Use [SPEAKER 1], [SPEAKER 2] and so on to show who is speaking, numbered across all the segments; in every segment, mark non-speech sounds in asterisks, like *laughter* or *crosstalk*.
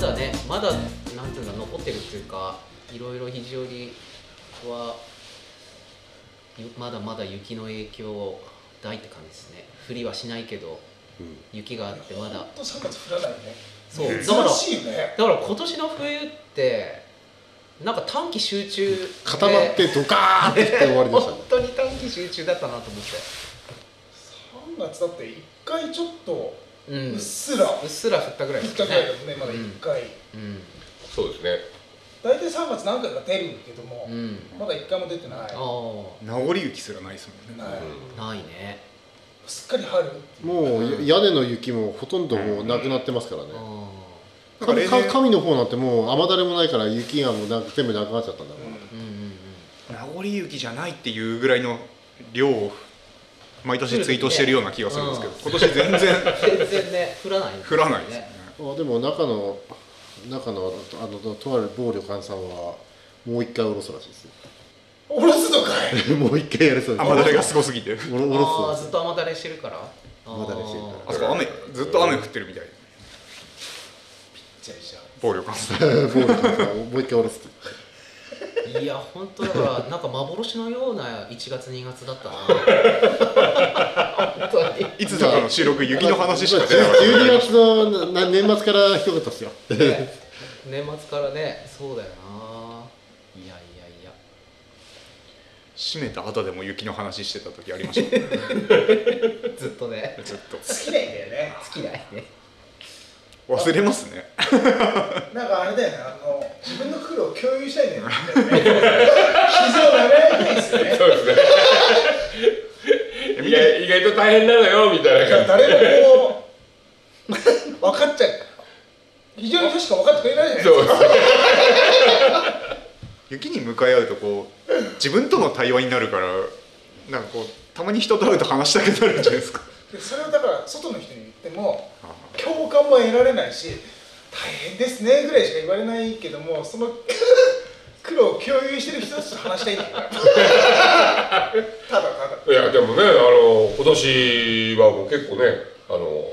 [SPEAKER 1] だなんていうんだ残ってるっていうかいろいろ肘折りはゆまだまだ雪の影響大って感じですね降りはしないけど
[SPEAKER 2] うん
[SPEAKER 1] 雪があってまだ
[SPEAKER 3] 本当3月降らないね
[SPEAKER 1] そうだから
[SPEAKER 3] 珍しいよね
[SPEAKER 1] だから今年の冬ってなんか短期集中で
[SPEAKER 2] 固まってドカーってきて終わりでしたね
[SPEAKER 1] 本当に短期集中だったなと思って
[SPEAKER 3] 3月だって一回ちょっと
[SPEAKER 1] うん
[SPEAKER 3] う
[SPEAKER 1] う
[SPEAKER 3] っすら
[SPEAKER 1] っすら降ったぐらい
[SPEAKER 3] 降
[SPEAKER 1] で
[SPEAKER 3] っ
[SPEAKER 1] す
[SPEAKER 3] た
[SPEAKER 1] か
[SPEAKER 3] ぐ
[SPEAKER 1] ね
[SPEAKER 3] らいだもんねまだ1回
[SPEAKER 1] うん
[SPEAKER 4] そうですね
[SPEAKER 3] 大体3月何回か出るけども
[SPEAKER 1] うん
[SPEAKER 3] まだ1回も出てない
[SPEAKER 1] ああ
[SPEAKER 5] 名残雪すらないですもんね
[SPEAKER 3] ない
[SPEAKER 1] ないね
[SPEAKER 3] すっかり春
[SPEAKER 2] もうや屋根の雪もほとんどもうなくなってますからね
[SPEAKER 1] あ
[SPEAKER 5] なんか例
[SPEAKER 2] か
[SPEAKER 5] 年
[SPEAKER 2] 神の方なんてもう雨だれもないから雪がもうなんか全部なくなっちゃったんだもん、
[SPEAKER 1] あうんうんうん
[SPEAKER 5] 名残雪じゃないっていうぐらいの量を毎年ツイートしてるような気がするんですけど、
[SPEAKER 1] うん
[SPEAKER 5] 今年全
[SPEAKER 1] 全
[SPEAKER 5] 然
[SPEAKER 1] 然ね降らない
[SPEAKER 5] 降らないですね
[SPEAKER 2] あでも中の中のあのとある某旅館さんはもう一回下ろすらしいですよ
[SPEAKER 3] おろすのかい
[SPEAKER 2] *laughs* もう一回やるそうです
[SPEAKER 5] 雨だれがすごすぎて
[SPEAKER 2] おろ
[SPEAKER 1] ああ
[SPEAKER 2] おろ
[SPEAKER 1] ー
[SPEAKER 2] す
[SPEAKER 1] ずっと雨だれしてるから
[SPEAKER 2] 雨だれしてるから
[SPEAKER 5] あそこ雨ずっと雨降ってるみたい
[SPEAKER 3] じゃあじゃあ
[SPEAKER 5] 暴力さん
[SPEAKER 2] そうです *laughs* 某旅館さんはもう一回下ろすって
[SPEAKER 1] らいや本当だからなんか幻のような1月2月だったな本当に
[SPEAKER 5] いつだかの収録雪の話しか出なかった
[SPEAKER 2] 12月のな年末からひどかったですよ
[SPEAKER 1] ね年末からねそうだよないやいやいや
[SPEAKER 5] 閉めた後でも雪の話してた時ありましたね
[SPEAKER 1] ずっとね
[SPEAKER 5] ずっと
[SPEAKER 3] 好きなんだよね *laughs*
[SPEAKER 1] 尽きないね
[SPEAKER 5] 忘れますね
[SPEAKER 3] なんかあれだよねあの自分の苦労を共有したいんだよ
[SPEAKER 1] *laughs*
[SPEAKER 3] ね膝を舐められないですよね
[SPEAKER 4] そ
[SPEAKER 5] *laughs*
[SPEAKER 4] うですね意外意外と大変なのよみたいな
[SPEAKER 1] *laughs*
[SPEAKER 4] 感
[SPEAKER 3] 誰もこう分かっちゃう非常に確か分かってくれないじゃない
[SPEAKER 4] じ
[SPEAKER 3] です
[SPEAKER 4] そう
[SPEAKER 3] か
[SPEAKER 4] ですね
[SPEAKER 5] 雪に向かい合うとこう自分との対話になるからなんかこうたまに人と会うと話したくなるんじゃないですか
[SPEAKER 3] でそれをだから外の人に言っても
[SPEAKER 5] あ
[SPEAKER 3] 共感も得られないし大変ですねぐらいしか言われないけどもその *laughs* 苦労を共有してる人たちと話 *laughs* したいんだよただただ
[SPEAKER 4] いやでもねあの今年はもう結構ねあの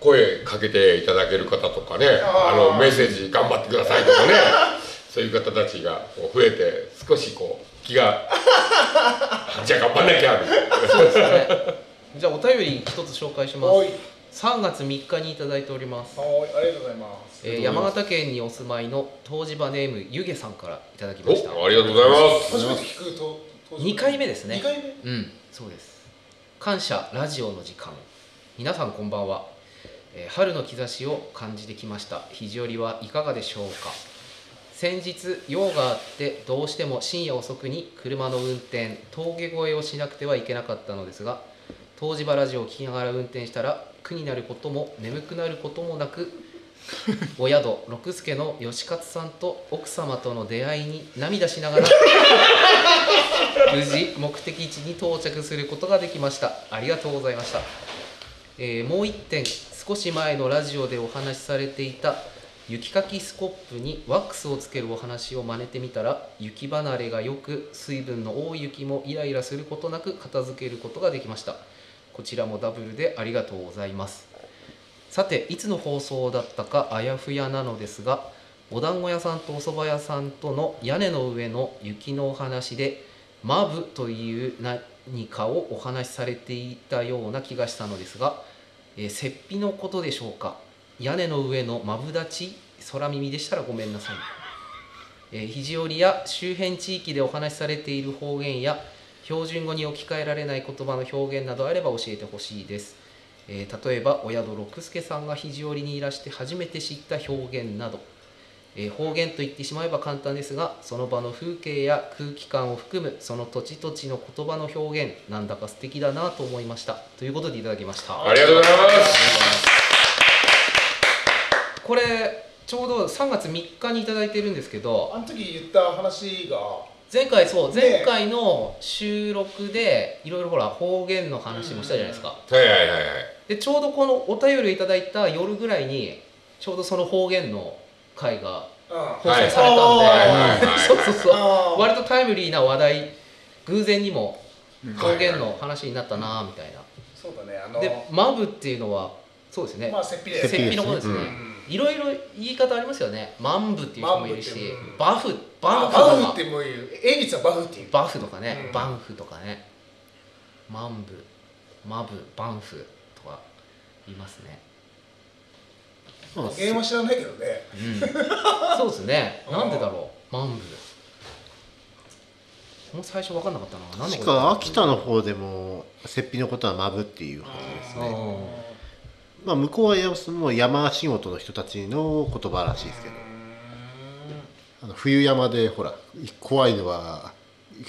[SPEAKER 4] 声かけていただける方とかね
[SPEAKER 3] あ
[SPEAKER 4] あ
[SPEAKER 3] ー
[SPEAKER 4] のメッセージ頑張ってくださいとかね *laughs* そういう方たちがこう増えて少しこう気が *laughs* じゃあ頑張んなきゃみたいな
[SPEAKER 1] そうですねじゃあお便り一つ紹介しま
[SPEAKER 3] おい
[SPEAKER 1] す3月3日にいただいております
[SPEAKER 3] おいありがとうございます
[SPEAKER 1] えー山形県にお住まいの湯治場ネームゆげさんからいただきま *laughs* した
[SPEAKER 4] おありがとうございます
[SPEAKER 3] 初めて聞くと
[SPEAKER 1] 2回目ですね
[SPEAKER 3] 2回目
[SPEAKER 1] うんそうです感謝ラジオの時間皆さんこんばんは、えー春の兆しを感じてきました肘折はいかがでしょうか先日用があってどうしても深夜遅くに車の運転峠越えをしなくてはいけなかったのですが湯治場ラジオを聞きながら運転したら苦になることも眠くなることもなくお宿六助の吉勝さんと奥様との出会いに涙しながら無事目的地に到着することができましたありがとうございました、えーもう一点少し前のラジオでお話しされていた雪かきスコップにワックスをつけるお話を真似てみたら雪離れがよく水分の多い雪もイライラすることなく片付けることができましたこちらもダブルでありがとうございますさていつの放送だったかあやふやなのですがお団子屋さんとお蕎麦屋さんとの屋根の上の雪のお話でマブという何かをお話しされていたような気がしたのですが、えー、雪庇のことでしょうか屋根の上のマブダチ空耳でしたらごめんなさい、えー肘折や周辺地域でお話しされている方言や標準語に置き換えられない言葉の表現などあれば教えてほしいです、えー例えばお宿六助さんが肘折にいらして初めて知った表現などえー方言と言ってしまえば簡単ですがその場の風景や空気感を含むその土地土地の言葉の表現なんだか素敵だなと思いましたということでいただきました
[SPEAKER 4] ありがとうございます
[SPEAKER 1] これちょうど3月3日にいただいてるんですけど
[SPEAKER 3] あの時言った話が
[SPEAKER 1] 前回そう
[SPEAKER 3] ねえ
[SPEAKER 1] 前回の収録でいろいろほら方言の話もしたじゃないですか
[SPEAKER 4] はいはいはいはい
[SPEAKER 1] でちょうどこのお便りをいただいた夜ぐらいにちょうどその方言の回が
[SPEAKER 3] うんあ
[SPEAKER 1] 放送されたんで、
[SPEAKER 4] はいはいはい
[SPEAKER 1] そうそうそう
[SPEAKER 3] あ
[SPEAKER 1] 割とタイムリーな話題偶然にも
[SPEAKER 5] うん
[SPEAKER 1] 方言の話になったなみたいな、
[SPEAKER 3] そうだねあの
[SPEAKER 1] でマブっていうのはそうですね、
[SPEAKER 3] まあ、せっぴで
[SPEAKER 1] 雪
[SPEAKER 3] す。
[SPEAKER 1] 庇のことですね、
[SPEAKER 2] 雪
[SPEAKER 3] うん
[SPEAKER 1] いろいろ言い方ありますよね万部っていう人もいるし
[SPEAKER 3] 万部ってうん
[SPEAKER 1] バフバン
[SPEAKER 3] バ
[SPEAKER 1] フと
[SPEAKER 3] バ
[SPEAKER 1] か
[SPEAKER 3] フってもう言うエイビツはバフっていう
[SPEAKER 1] バフとかね、
[SPEAKER 3] うん
[SPEAKER 1] バンフとかね万部マブバンフとか言いますね、
[SPEAKER 2] まあ
[SPEAKER 3] 語源は知らないけどね
[SPEAKER 1] うん、
[SPEAKER 3] *laughs*
[SPEAKER 1] そうですねなんでだろう万部もう最初分かんなかったな何の
[SPEAKER 2] 確
[SPEAKER 1] ことだ
[SPEAKER 2] か秋田の方でも雪皮のことはマブっていうはずですねまあ向こうはやもう山仕事の人たちの言葉らしいですけどあの冬山でほら怖いのはい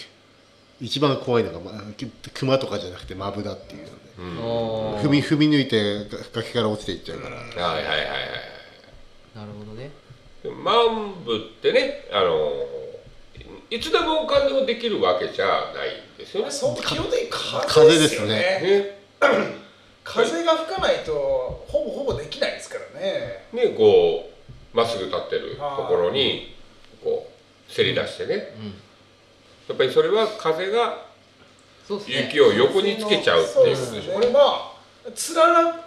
[SPEAKER 2] 一番怖いのが、まあ、き熊とかじゃなくてマブだっていうので
[SPEAKER 1] おー
[SPEAKER 2] 踏み踏み抜いてが崖から落ちていっちゃうから、
[SPEAKER 4] はいはいはいはい
[SPEAKER 1] なるほどね
[SPEAKER 4] で万部ってねあのいつでも何でもできるわけじゃないんですよね
[SPEAKER 3] そう基本的に風
[SPEAKER 2] 風
[SPEAKER 3] で
[SPEAKER 2] ですす
[SPEAKER 3] よ
[SPEAKER 2] よ
[SPEAKER 3] ね
[SPEAKER 2] ね
[SPEAKER 4] ね
[SPEAKER 3] 風が吹かないとほぼほぼできないですからね
[SPEAKER 4] ねこうまっすぐ立ってるところにこうせり出してね
[SPEAKER 1] うん
[SPEAKER 4] やっぱりそれは風が
[SPEAKER 1] そうですね
[SPEAKER 4] 雪を横につけちゃうっていうことでしょ
[SPEAKER 3] こ
[SPEAKER 4] う
[SPEAKER 3] れ
[SPEAKER 4] ね
[SPEAKER 3] はつららの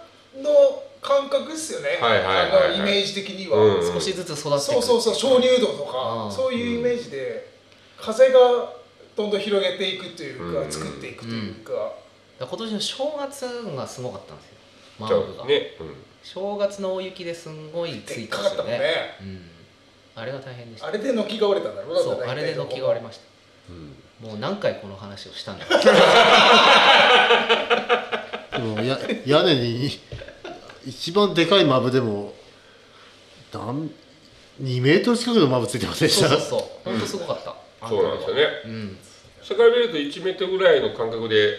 [SPEAKER 3] 感覚ですよね
[SPEAKER 4] はいはいはいはい
[SPEAKER 3] あのイメージ的に
[SPEAKER 4] うん
[SPEAKER 3] は
[SPEAKER 4] うん
[SPEAKER 1] 少しずつ育っていく
[SPEAKER 3] そうそうそう鍾乳洞と
[SPEAKER 1] う
[SPEAKER 3] か
[SPEAKER 1] ん
[SPEAKER 3] そういうイメージで風がどんどん広げていくというか
[SPEAKER 4] うん
[SPEAKER 3] 作っていくというか
[SPEAKER 1] だから今年の正月がすごかったんですよマ
[SPEAKER 4] ちょ
[SPEAKER 1] ンブ
[SPEAKER 4] っ
[SPEAKER 1] が、
[SPEAKER 4] とね、うん
[SPEAKER 1] 正月の大雪ですんごいつ
[SPEAKER 3] でっ
[SPEAKER 1] いた
[SPEAKER 3] か
[SPEAKER 1] ん
[SPEAKER 3] か
[SPEAKER 1] で
[SPEAKER 3] っ
[SPEAKER 1] す
[SPEAKER 3] た
[SPEAKER 1] よ
[SPEAKER 3] も
[SPEAKER 1] ね
[SPEAKER 3] んね
[SPEAKER 1] うん、あれが大変でした
[SPEAKER 3] あれで軒が折れたんだろうな
[SPEAKER 1] そうあれで軒が割れまし
[SPEAKER 2] うん
[SPEAKER 1] たもう何回この話をしたんだ
[SPEAKER 4] *laughs*
[SPEAKER 2] でもや屋根に一番でかいマブでも何2メートル近くのマブついてませんでし
[SPEAKER 1] そう
[SPEAKER 2] た
[SPEAKER 1] そうそう本当すごかった、
[SPEAKER 4] そうなんですよね
[SPEAKER 1] うん
[SPEAKER 4] 下から見ると1メートルぐらいの感覚で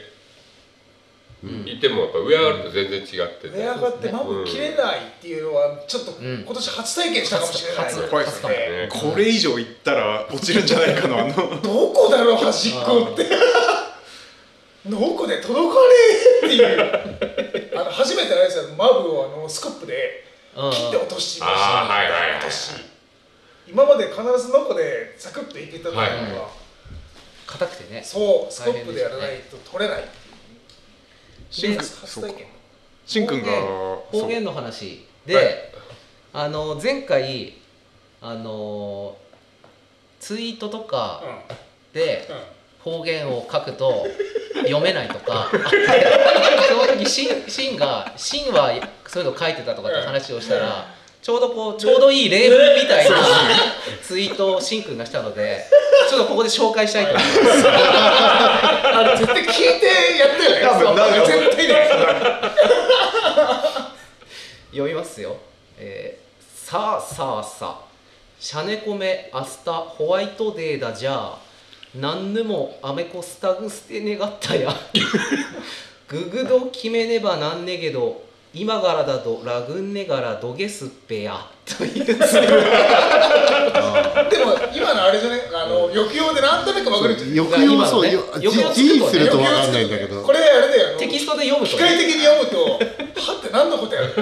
[SPEAKER 4] いてもやっぱ上上がると全然違って
[SPEAKER 3] 値
[SPEAKER 4] て、
[SPEAKER 3] 上がってマブ切れないっていうのはちょっと
[SPEAKER 1] ん
[SPEAKER 3] 今年初体験したかもしれない
[SPEAKER 1] 初
[SPEAKER 5] 怖い
[SPEAKER 1] 初かも
[SPEAKER 3] ね
[SPEAKER 5] これ以上いったら落ちるんじゃないか
[SPEAKER 3] *laughs*
[SPEAKER 5] なあの
[SPEAKER 3] どこだろう端っこってどこで届かねえっていうあの初めてあれですよマブをあのスコップで
[SPEAKER 1] うん
[SPEAKER 3] 切って落としてました
[SPEAKER 4] あーはいはいはい
[SPEAKER 3] 落とし今まで必ずノコでサクッといけたのが、
[SPEAKER 4] はい
[SPEAKER 1] 硬くてね
[SPEAKER 3] そうスコップでやらないと取れないって
[SPEAKER 5] し
[SPEAKER 3] い
[SPEAKER 5] ん
[SPEAKER 3] う
[SPEAKER 5] くん
[SPEAKER 3] 初体験
[SPEAKER 5] しんくんが
[SPEAKER 1] 方
[SPEAKER 5] そう
[SPEAKER 1] 言の話で、
[SPEAKER 4] はい
[SPEAKER 1] あの前回あのツイートと
[SPEAKER 3] うん
[SPEAKER 1] か
[SPEAKER 3] うん
[SPEAKER 1] で方言を書く
[SPEAKER 3] *laughs*
[SPEAKER 1] と読めないとかその時シンシンがシンはそういうの書いてたとかって話をしたらちょうどこうちょうどいい例文みたいなツイートをシンくんがしたのでちょっとここで紹介したいと思います
[SPEAKER 3] あれ絶対聞いてやったよね
[SPEAKER 5] 多分
[SPEAKER 3] そう
[SPEAKER 5] なんか
[SPEAKER 3] 絶対ね
[SPEAKER 1] 読みますよ、えー、さあさあさシャネコメアスタホワイトデーだじゃあなんぬもアメコスタグ捨てねがったや *laughs* ググド決めねばなんねげど今からだとラグンねがらどげすっぺやというツイート
[SPEAKER 3] でも今のあれじゃねあの抑揚でなんとなく分かるじゃん
[SPEAKER 2] 抑揚はそう、
[SPEAKER 1] 今のね
[SPEAKER 2] よ
[SPEAKER 1] 抑揚つく
[SPEAKER 2] じ
[SPEAKER 1] とね
[SPEAKER 2] じすると分かんないんだけど
[SPEAKER 3] これあれだよあの
[SPEAKER 1] テキストで読むと、
[SPEAKER 3] 機械
[SPEAKER 1] ね、
[SPEAKER 3] 的に読むと「は」って何のことやる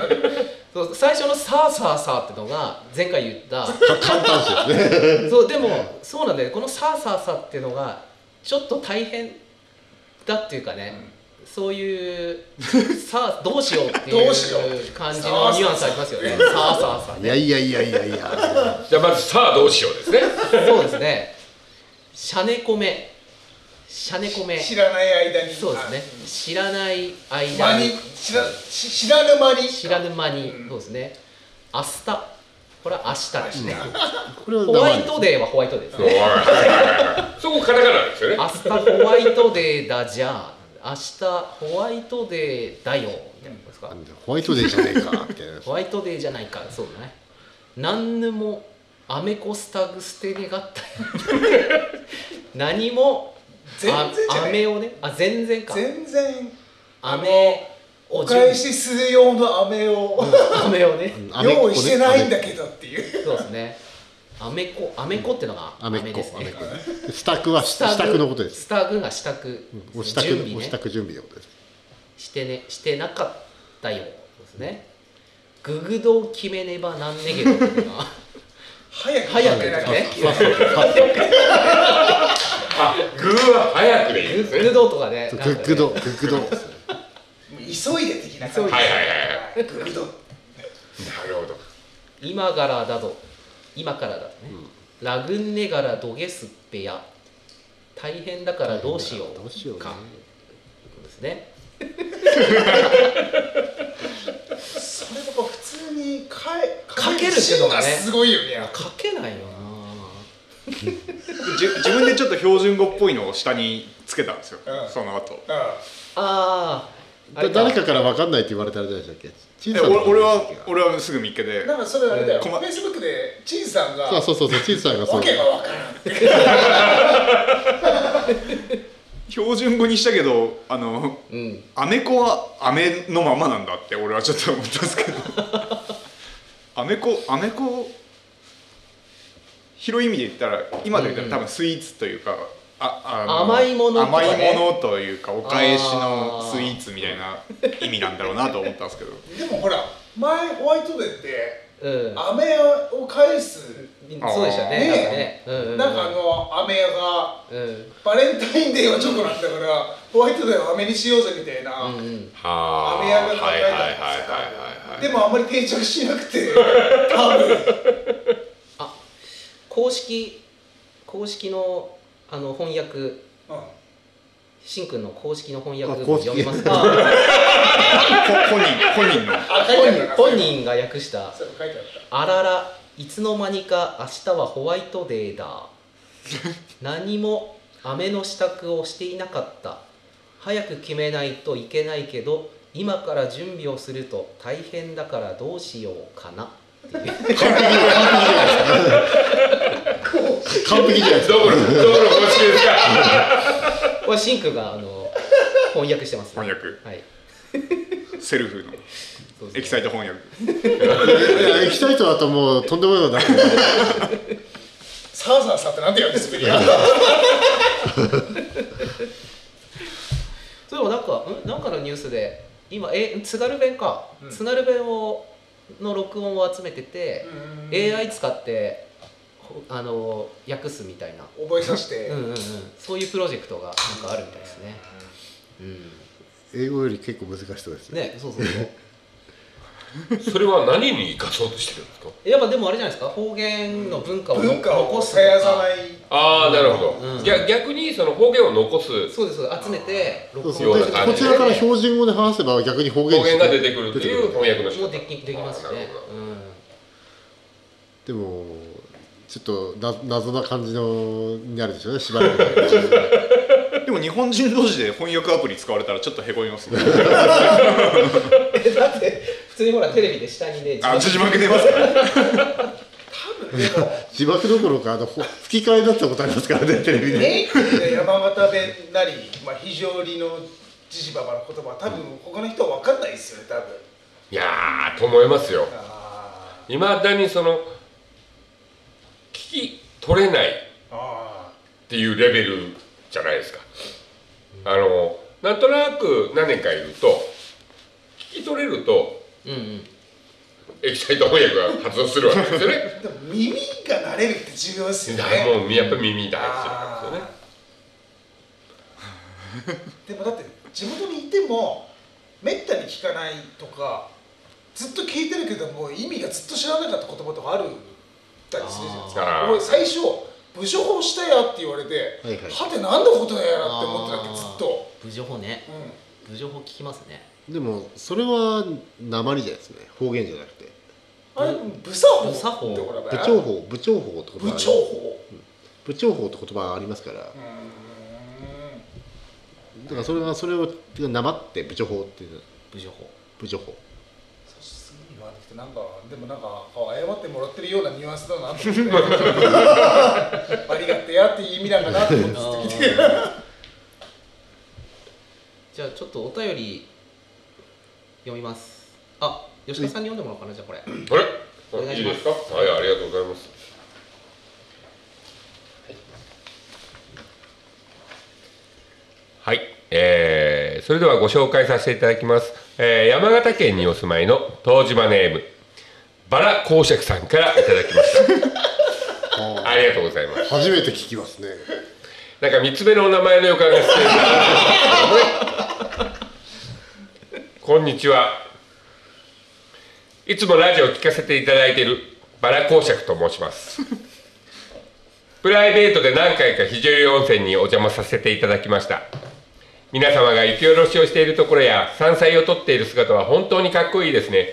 [SPEAKER 1] そう最初の「さあさあさあ」ってのが前回言った
[SPEAKER 2] 簡単ですよね
[SPEAKER 1] そうでもそうなんだよこの「さあさあさあ」っていうのがちょっと大変だっていうかね、そういう「さあ *laughs* どうしよう」ってい
[SPEAKER 3] どうしよ
[SPEAKER 1] う感じのニュアンスありますよね「さあさあさあ」
[SPEAKER 2] いやいやいやいやいや
[SPEAKER 4] じゃあまずさあどうしようです *laughs* ね
[SPEAKER 1] そうですね「シャネコメ」「シャネコメ」
[SPEAKER 3] 知らない間に
[SPEAKER 1] そうですね知らない
[SPEAKER 3] あ間
[SPEAKER 1] 間
[SPEAKER 3] に
[SPEAKER 1] に
[SPEAKER 3] 知らし知らぬ間に
[SPEAKER 1] 知らぬ間に、
[SPEAKER 3] うん
[SPEAKER 1] そうですね「明日」これは明日ですね
[SPEAKER 2] これは
[SPEAKER 1] ホワイトデーはホワイトデーです
[SPEAKER 4] おい
[SPEAKER 1] ね
[SPEAKER 4] そこカタカナですよね
[SPEAKER 1] 明日ホワイトデーだじゃあ明日ホワイトデーだよみたいなことですか、
[SPEAKER 2] なんだホワイトデーじゃねえかって
[SPEAKER 1] ホワイトデーじゃないかそうだね何ぬもアメコスタグ捨てねがった
[SPEAKER 2] *laughs*
[SPEAKER 1] よ何も
[SPEAKER 3] 全然じゃ
[SPEAKER 1] あ
[SPEAKER 3] ない
[SPEAKER 1] 飴をねあ全然か
[SPEAKER 3] 全然
[SPEAKER 1] 飴
[SPEAKER 3] お
[SPEAKER 1] を準備
[SPEAKER 3] 返
[SPEAKER 1] *laughs*
[SPEAKER 3] しする用の飴を
[SPEAKER 1] 飴をね
[SPEAKER 2] うん
[SPEAKER 3] 用意してないんだけどっていう
[SPEAKER 1] そうですねアメコアメコってのが
[SPEAKER 2] アメッ
[SPEAKER 1] です
[SPEAKER 2] コアメ
[SPEAKER 1] ね
[SPEAKER 2] ッコ支度は支度のことです
[SPEAKER 1] スタグが支度、
[SPEAKER 2] お支度
[SPEAKER 1] 準備
[SPEAKER 2] お
[SPEAKER 1] ね
[SPEAKER 2] 支度準備のことです
[SPEAKER 1] してねしてなかったよそうですねググドを決めねばなんねげどっていうのは
[SPEAKER 3] 早く
[SPEAKER 1] 早く
[SPEAKER 3] 食べなきゃ
[SPEAKER 1] ね
[SPEAKER 2] さっさとさっさ
[SPEAKER 4] あグーは早くでいい
[SPEAKER 1] グ
[SPEAKER 4] ですね
[SPEAKER 1] グドとかね
[SPEAKER 2] と
[SPEAKER 1] なん
[SPEAKER 2] グ
[SPEAKER 1] かね
[SPEAKER 2] ッグドグッグド
[SPEAKER 3] もう急いで的な感じ
[SPEAKER 4] はいはいはい
[SPEAKER 3] グッド
[SPEAKER 4] なるほど
[SPEAKER 1] 今からだぞ今からだとね、ラグンネからどげすっぺや大変だからどうしよう
[SPEAKER 2] どうしようね
[SPEAKER 1] かそうですね
[SPEAKER 3] それとか普通にかえ
[SPEAKER 1] かけるっていうのがね
[SPEAKER 3] シーンすごいよねやっぱ
[SPEAKER 1] 書けないよな
[SPEAKER 5] じ自分でちょっと標準語っぽいのを下につけたんですよ、
[SPEAKER 3] うん
[SPEAKER 5] その後
[SPEAKER 1] あーあ
[SPEAKER 2] だ
[SPEAKER 1] れ
[SPEAKER 2] 誰かから分かんないって言われたら誰でしたっけチン
[SPEAKER 5] え
[SPEAKER 2] さん
[SPEAKER 5] 俺
[SPEAKER 2] の
[SPEAKER 5] 俺は俺はすぐ見っけ
[SPEAKER 3] う
[SPEAKER 5] で
[SPEAKER 3] んなんかそれあれだよ、
[SPEAKER 5] うん
[SPEAKER 3] フ
[SPEAKER 5] 困
[SPEAKER 3] ェイスブックで陳さんが
[SPEAKER 2] そうそうそうそうチンさんがそう
[SPEAKER 3] わけがわからんって
[SPEAKER 5] 標準語にしたけどあの
[SPEAKER 1] うん
[SPEAKER 5] アメコはアメのままなんだって俺はちょっと思ったんで
[SPEAKER 1] *laughs*
[SPEAKER 5] すけどアメコアメコ広い意味で言ったら今で言ったら多分スイーツというか、ああの
[SPEAKER 1] 甘いものとか
[SPEAKER 5] 甘
[SPEAKER 1] ね
[SPEAKER 5] いものというかお返しのスイーツみたいな意味なんだろうなと思ったんですけど *laughs*
[SPEAKER 3] でもほら前ホワイトデーって
[SPEAKER 1] うん
[SPEAKER 3] 飴を返す
[SPEAKER 1] そうでしたね
[SPEAKER 3] ね
[SPEAKER 1] なんかね、うんうんうん、
[SPEAKER 3] なんかあの飴屋が
[SPEAKER 1] うん
[SPEAKER 3] バレンタインデーはチョコなんだからホワイトデーは飴にしようぜみたいな、
[SPEAKER 1] うんうん
[SPEAKER 4] はあ
[SPEAKER 3] 雨上がりの考
[SPEAKER 4] はい
[SPEAKER 3] え
[SPEAKER 4] はい
[SPEAKER 3] 方
[SPEAKER 4] はいはいはい
[SPEAKER 3] でもあんまり定着しなく
[SPEAKER 1] *laughs*
[SPEAKER 3] て多分
[SPEAKER 1] あ公式公式のあの翻訳しんくんの公式の翻訳
[SPEAKER 2] あ公式
[SPEAKER 1] 読みますか
[SPEAKER 5] こ本人本人の
[SPEAKER 3] あ書いてあ
[SPEAKER 1] 本
[SPEAKER 3] る
[SPEAKER 1] 人本人が訳した
[SPEAKER 3] そう書いてあ
[SPEAKER 1] 「
[SPEAKER 3] っ
[SPEAKER 1] あららいつの間にか明日はホワイトデーだ何も雨の支度をしていなかった早く決めないといけないけど今から準備をすると大変だからどうしようかな」
[SPEAKER 2] 完璧じゃないですか
[SPEAKER 4] どこのどこの公式ですか
[SPEAKER 1] これしんくんがあの翻訳してます、
[SPEAKER 5] 翻訳
[SPEAKER 1] はい
[SPEAKER 5] セルフの
[SPEAKER 1] そうそう
[SPEAKER 5] エキサイト翻訳
[SPEAKER 2] いやいや行きたいとだともうとんでもないことだ
[SPEAKER 3] たサーサーさんってなんてやるんですか
[SPEAKER 1] それもなんかんなんかのニュースで今え津軽弁か、
[SPEAKER 3] うん
[SPEAKER 1] 津軽弁をの録音を集めてて、AI 使ってほあの訳すみたいな、
[SPEAKER 3] 覚えさせて、
[SPEAKER 1] うんうんうん、そういうプロジェクトがなんかあるみたいですね。うん、
[SPEAKER 2] 英語より結構難しそうですね
[SPEAKER 1] ねそうそうそう。 *laughs*
[SPEAKER 4] それは何に生かそうとしてるんですか
[SPEAKER 1] やっぱでもあれじゃないですか方言の文化をの
[SPEAKER 3] 文化
[SPEAKER 1] 残
[SPEAKER 3] を
[SPEAKER 1] す。
[SPEAKER 3] 絶やさないい
[SPEAKER 4] ああなるほど、
[SPEAKER 1] うん
[SPEAKER 4] ぎゃ逆にその方言を残す
[SPEAKER 1] そうですそうです集めて録
[SPEAKER 2] そう
[SPEAKER 1] 音を
[SPEAKER 2] そう
[SPEAKER 1] して
[SPEAKER 2] でこ
[SPEAKER 4] ような感じ
[SPEAKER 2] ちらから標準語で話せば逆に方言
[SPEAKER 4] 方
[SPEAKER 2] にし
[SPEAKER 4] 言が出てくるっていう翻訳の仕
[SPEAKER 1] も
[SPEAKER 4] 方
[SPEAKER 1] うできできます
[SPEAKER 4] あーな
[SPEAKER 1] ね
[SPEAKER 4] るほど。
[SPEAKER 1] うん *laughs*
[SPEAKER 2] でもちょっとな謎な感じのになるでしょうねしばらく
[SPEAKER 5] でも日本人同士で翻訳アプリ使われたらちょっとへこみま
[SPEAKER 1] *laughs*
[SPEAKER 5] すね
[SPEAKER 1] えだって普通にほらテレビで下にね字幕
[SPEAKER 5] あ字幕出ますから
[SPEAKER 2] 字幕どころかあのほ吹き替えだったことありますからねテレビで
[SPEAKER 3] ネイティブで山形弁なり、まあ、非常理のじじばばの言葉は多分他の人は分かんないですよね多分
[SPEAKER 4] いやーと思いますよ
[SPEAKER 3] あ
[SPEAKER 4] いまだにその聞き取れないっ
[SPEAKER 3] ーあ
[SPEAKER 4] ていうレベルじゃないですかあのなんとなく何年かいると聞き取れると
[SPEAKER 1] うんうん
[SPEAKER 4] エキサイト翻訳が発動するわけです
[SPEAKER 3] *laughs*
[SPEAKER 4] よね
[SPEAKER 3] ーでも耳が慣れるって重要ですよね
[SPEAKER 4] もうやっぱ耳大事なんですよね
[SPEAKER 3] でもだって地元にいてもめったに聞かないとかずっと聞いてるけども意味がずっと知らなかった言葉とかあるたりするじゃないです
[SPEAKER 4] あ
[SPEAKER 3] か
[SPEAKER 4] ー
[SPEAKER 3] 俺最初「部署法したや」って言われて
[SPEAKER 2] はいはい
[SPEAKER 3] はて何のことやらって思ってたっけずっと、
[SPEAKER 1] 部情報ね
[SPEAKER 3] うん
[SPEAKER 1] 部情報聞きますね
[SPEAKER 2] でもそれは鉛じゃないですね方言じゃなくて
[SPEAKER 3] あれ、ブサホ
[SPEAKER 1] ブサホ
[SPEAKER 3] ってこと
[SPEAKER 2] 部
[SPEAKER 3] だよ
[SPEAKER 2] 長法部長法って言葉
[SPEAKER 3] 部
[SPEAKER 2] があり
[SPEAKER 3] 長法
[SPEAKER 2] 部長法って言葉がありますからだ
[SPEAKER 3] うー
[SPEAKER 2] からそれはそれをなまって部長法っていうの
[SPEAKER 1] 部情報
[SPEAKER 2] 部長法
[SPEAKER 3] んすぐ言わなくてなんかでもなんか謝ってもらってるようなニュアンスだなと思ってありがてやっていう意味なんかなと思ってずっと聞いて
[SPEAKER 1] *laughs* じゃあちょっとお便り読みますあ吉田さんに読んでもらおうかなじゃあ *laughs* これ
[SPEAKER 4] あれ
[SPEAKER 1] お願い
[SPEAKER 4] い
[SPEAKER 1] し
[SPEAKER 4] い
[SPEAKER 1] ま
[SPEAKER 4] ですすかはいありがとうございますはい、えーそれではご紹介させていただきます、えー山形県にお住まいの東島ネームバラ公爵さんからいただきまし
[SPEAKER 1] *laughs*
[SPEAKER 4] たありがとうございます
[SPEAKER 2] 初めて聞きますね
[SPEAKER 4] なんか三つ目のお名前の予感がしてるこんにちはいつもラジオを聞かせていただいているバラ公爵と申しますプライベートで何回か肘折温泉にお邪魔させていただきました皆様が雪下ろしをしているところや山菜を取っている姿は本当にかっこいいですね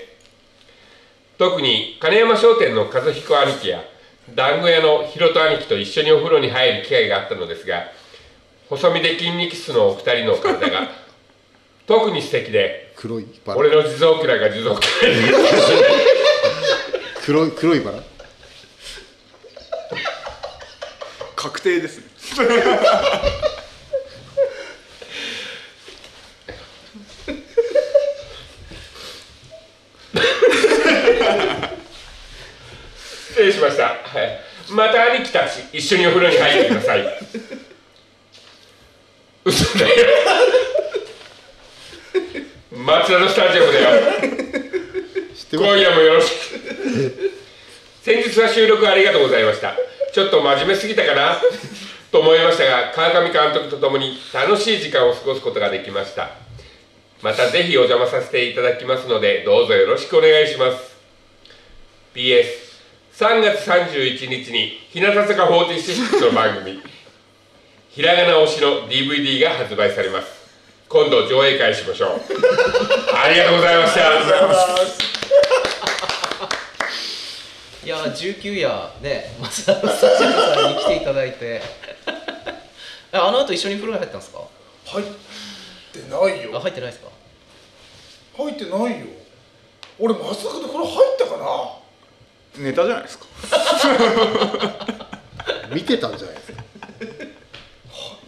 [SPEAKER 4] 特に金山商店の和彦兄貴や団子屋のひろと兄貴と一緒にお風呂に入る機会があったのですが細身で筋肉質のお二人の体が *laughs* 特に素敵で
[SPEAKER 2] 黒いバラ
[SPEAKER 4] 俺の地蔵蔵が地蔵蔵に *laughs*
[SPEAKER 2] 黒い黒いバラ
[SPEAKER 5] 確定ですね
[SPEAKER 1] *laughs*
[SPEAKER 4] 失礼しました、はい、また兄貴たち一緒にお風呂に入ってください嘘だよ *laughs* 松田のスタジアムだよ
[SPEAKER 2] 知ってま
[SPEAKER 4] 今
[SPEAKER 2] す
[SPEAKER 4] 夜もよろしく先日は収録ありがとうございましたちょっと真面目すぎたかなと思いましたが川上監督と共に楽しい時間を過ごすことができましたまたぜひお邪魔させていただきますのでどうぞよろしくお願いします PS3 月31日に日向坂46の番組「ひらがな推し」の DVD が発売されます今度上映会しましょうありがとうございました
[SPEAKER 1] いやー19夜ね松田のスタジオさんに来ていただいて *laughs* ああの後一緒に風呂に入ったんですか
[SPEAKER 3] 入ってない
[SPEAKER 1] あ
[SPEAKER 3] よ
[SPEAKER 1] 入ってないですか
[SPEAKER 3] 入ってないよ俺松坂でこれ入ったかな
[SPEAKER 5] ネタじゃないですか
[SPEAKER 2] 見てたんじゃないですか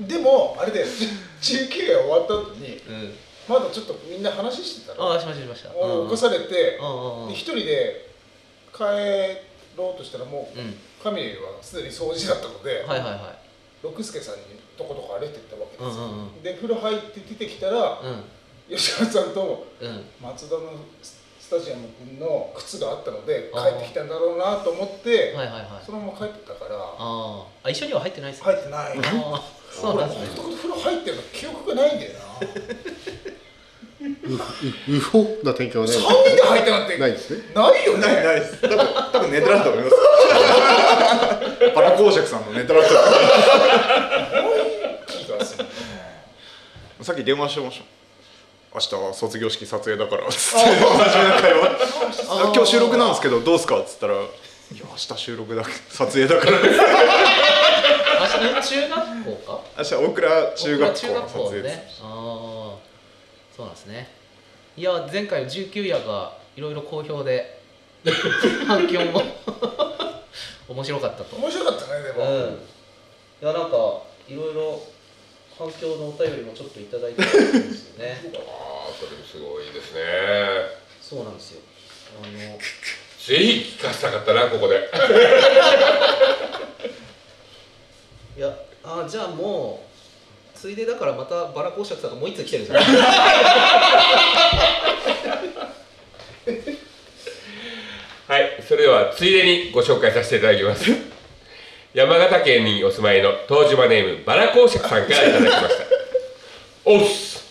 [SPEAKER 3] でもあれだよ19夜終わった後に
[SPEAKER 1] うん
[SPEAKER 3] まだちょっとみんな話してたら
[SPEAKER 1] ああしましたしました
[SPEAKER 3] 俺
[SPEAKER 1] うん
[SPEAKER 3] 起こされて
[SPEAKER 1] うんうんうん
[SPEAKER 3] で一人で帰ろうとしたらもう、
[SPEAKER 1] うん
[SPEAKER 3] カミレはすでに掃除だったので、
[SPEAKER 1] はいはいはい
[SPEAKER 3] 六助さんにとことこ歩いてったわけですよ、
[SPEAKER 1] うんうんう
[SPEAKER 3] で風呂入って出てきたら、
[SPEAKER 1] う
[SPEAKER 3] 吉川さんと
[SPEAKER 1] んうん
[SPEAKER 3] 松田のススタジアム君の靴があったので
[SPEAKER 1] あー
[SPEAKER 3] 帰ってきたんだろうなと思って、
[SPEAKER 1] はいはいはい
[SPEAKER 3] そのまま帰ってたから
[SPEAKER 1] あーあ一緒には入ってないですか
[SPEAKER 3] 入ってない
[SPEAKER 1] あーそうな
[SPEAKER 3] 俺
[SPEAKER 1] ん
[SPEAKER 3] も
[SPEAKER 1] です
[SPEAKER 3] と
[SPEAKER 1] ね
[SPEAKER 3] こと風呂入ってるの記憶がないんだよな
[SPEAKER 2] ううほな展開はない
[SPEAKER 3] 三人で入ったなんて
[SPEAKER 2] ないですね
[SPEAKER 3] ないよね
[SPEAKER 5] ないないです多分多分ネタだと思います *laughs* バラ公爵さんのネタだと思いま
[SPEAKER 3] 気がするね
[SPEAKER 5] す *laughs* さっき電話してました明日卒業式撮影だからっつって真面目な会話今日収録なんですけどどうっすかっつったら「いや明日収録だ撮影だから」
[SPEAKER 1] あ中学校か
[SPEAKER 5] 明日大倉中学校
[SPEAKER 1] 僕は中
[SPEAKER 5] の
[SPEAKER 1] 学
[SPEAKER 5] 撮
[SPEAKER 1] 校
[SPEAKER 5] 影です、
[SPEAKER 1] ねああそうなんですねいや前回の19夜がいろいろ好評で *laughs* 反響も *laughs* 面白かったと
[SPEAKER 3] 面白かったねで
[SPEAKER 1] うん
[SPEAKER 3] も、
[SPEAKER 1] いやなんかいろいろ反響のお便りもちょっといただいてるんですよね
[SPEAKER 4] ああそれもすごいですね
[SPEAKER 1] *laughs* そうなんですよあの
[SPEAKER 4] ぜひ聞かせたかったなここで
[SPEAKER 1] いやあじゃあもうついでだからまたバラ公爵さんがもう一通来てるんですよ
[SPEAKER 4] はいそれではついでにご紹介させていただきます山形県にお住まいの東島ネームバラ公爵さんからいただきましたおっす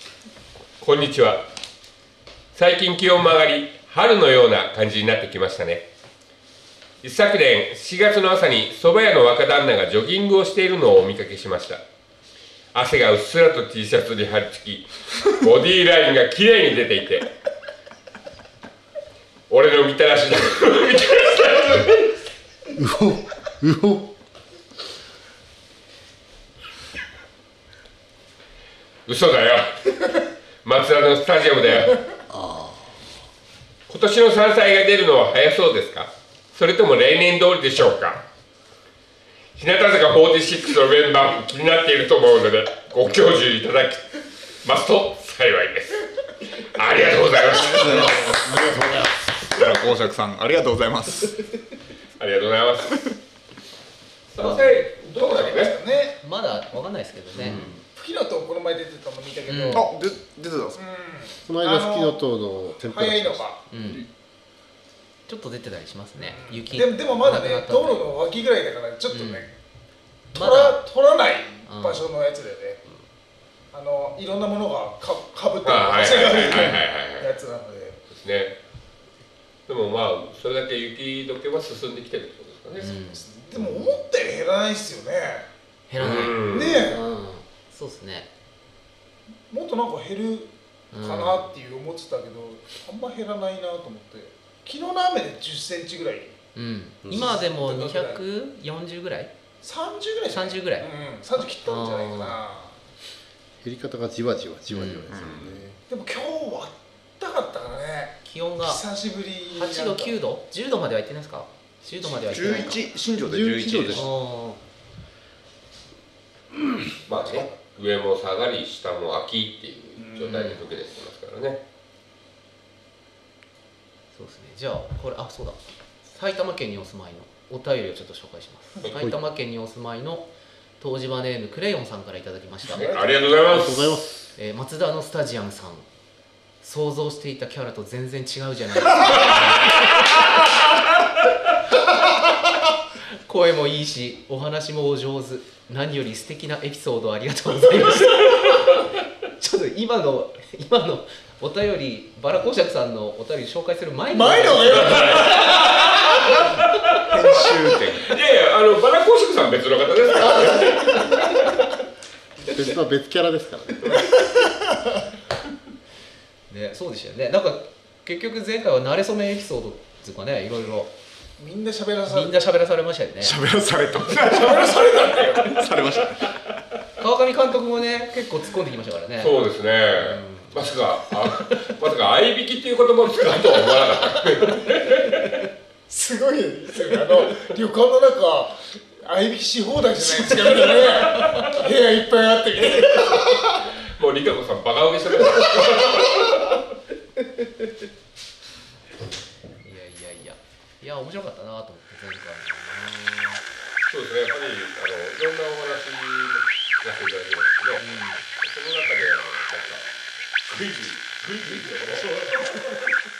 [SPEAKER 4] こんにちは最近気温も上がり春のような感じになってきましたね一昨年4月の朝に蕎麦屋の若旦那がジョギングをしているのをお見かけしました汗がうっすらと T シャツに張り付きボディーラインが綺麗に出ていて俺のみたらしだみたらしだ
[SPEAKER 2] うほうほ
[SPEAKER 4] 嘘だよ *laughs* 松田のスタジアムだよ今年の山菜が出るのは早そうですかそれとも例年通りでしょうか日向坂46のメンバーも気になっていると思うのでご教授いただきますと幸いですありがとうございました
[SPEAKER 5] バラ公爵さんありがとうございます
[SPEAKER 4] ありがとうございます山菜どうだろうね
[SPEAKER 3] ね
[SPEAKER 1] *laughs* まだわかんないですけどね、
[SPEAKER 3] 吹きのとこの前出てたの見たけど、
[SPEAKER 1] うん
[SPEAKER 5] あで出てたんですか
[SPEAKER 2] この間吹きの塔の天ぷら
[SPEAKER 3] 早いの
[SPEAKER 2] しまし
[SPEAKER 3] か
[SPEAKER 1] うんちょっと出てたりしますね雪
[SPEAKER 3] でもでもまだね
[SPEAKER 1] なくなったんで
[SPEAKER 3] 道路の脇ぐらいだからちょっとね、
[SPEAKER 1] ま
[SPEAKER 3] 取ら
[SPEAKER 1] だ
[SPEAKER 3] 取らない場所のやつだよね、あのいろんなものがかかぶって
[SPEAKER 4] あはいはいはいはいはい
[SPEAKER 3] る
[SPEAKER 4] はい
[SPEAKER 3] やつなので
[SPEAKER 4] ですねでもまあそれだけ雪解けは進んできてるってことですかね、
[SPEAKER 3] でも思ったより減らないっすよね
[SPEAKER 1] 減らない、うん、
[SPEAKER 4] うん
[SPEAKER 3] ねえ
[SPEAKER 1] そうですね、
[SPEAKER 3] もっとなんか減る
[SPEAKER 1] うん
[SPEAKER 3] かなっていう思ってたけど、あんま減らないなと思って昨日の雨で1 0ンチぐらい
[SPEAKER 1] うん、今でも240ぐらい
[SPEAKER 3] 30ぐらいじゃない
[SPEAKER 1] 30ぐらい
[SPEAKER 3] うん、30切ったんじゃないかな
[SPEAKER 2] 減り方がじわじわじわじわですよね、
[SPEAKER 3] でも今日はあったかったからね
[SPEAKER 1] 気温が
[SPEAKER 3] 久しぶり
[SPEAKER 1] 8度9度10度まではいってないですか10度まではいってないか
[SPEAKER 5] 11新庄で
[SPEAKER 2] 11
[SPEAKER 5] 11
[SPEAKER 2] で
[SPEAKER 5] で
[SPEAKER 2] し
[SPEAKER 5] し
[SPEAKER 4] まあね上も下がり下も空きっていう状態に解けてきてますからね、
[SPEAKER 1] そうですねじゃあこれあそうだ埼玉県にお住まいのお便りをちょっと紹介します埼玉県にお住まいの湯治場ネームクレヨンさんからいただきました、
[SPEAKER 4] ありがとうござい
[SPEAKER 2] あり
[SPEAKER 4] ま
[SPEAKER 2] がとうございますす
[SPEAKER 1] えー、松田のスタジアムさん想像していたキャラと全然違うじゃないです
[SPEAKER 3] *laughs*
[SPEAKER 1] か声もいいしお話もお上手何より素敵なエピソードありがとうございま
[SPEAKER 3] *laughs*
[SPEAKER 1] したちょっと今の今のお便りバラ公爵さんのお便り紹介する前に
[SPEAKER 3] 前の方がよかった
[SPEAKER 5] 編集点
[SPEAKER 4] いやいやあのバラ公爵さん別の方ですから
[SPEAKER 2] 別は別キャラですからね
[SPEAKER 1] ね、そうでしたよねなんか結局前回は慣れ初めエピソードっていうかねいろいろ
[SPEAKER 3] みんな喋らさ
[SPEAKER 1] み
[SPEAKER 3] れ
[SPEAKER 1] ん
[SPEAKER 3] て
[SPEAKER 1] な喋らされましたよね
[SPEAKER 5] 喋らされた喋らされたんだよされました
[SPEAKER 1] 川上監督もね結構突っ込んできましたからね
[SPEAKER 4] そうですね、まさかあまさか合いびきっていう言葉を使うとは思わなかった
[SPEAKER 3] すごいですよねあの旅館の中合いびきし放題じゃないですかみんなね部屋いっぱいあって
[SPEAKER 4] もうリカ子さんバカ受けしてるから
[SPEAKER 1] いやいやいやいや面白かったなと思って前回
[SPEAKER 4] そうですね、やっぱりあのいろんなお話をやっていただきましたね、その中であのなんかクイズクイズっていうのもね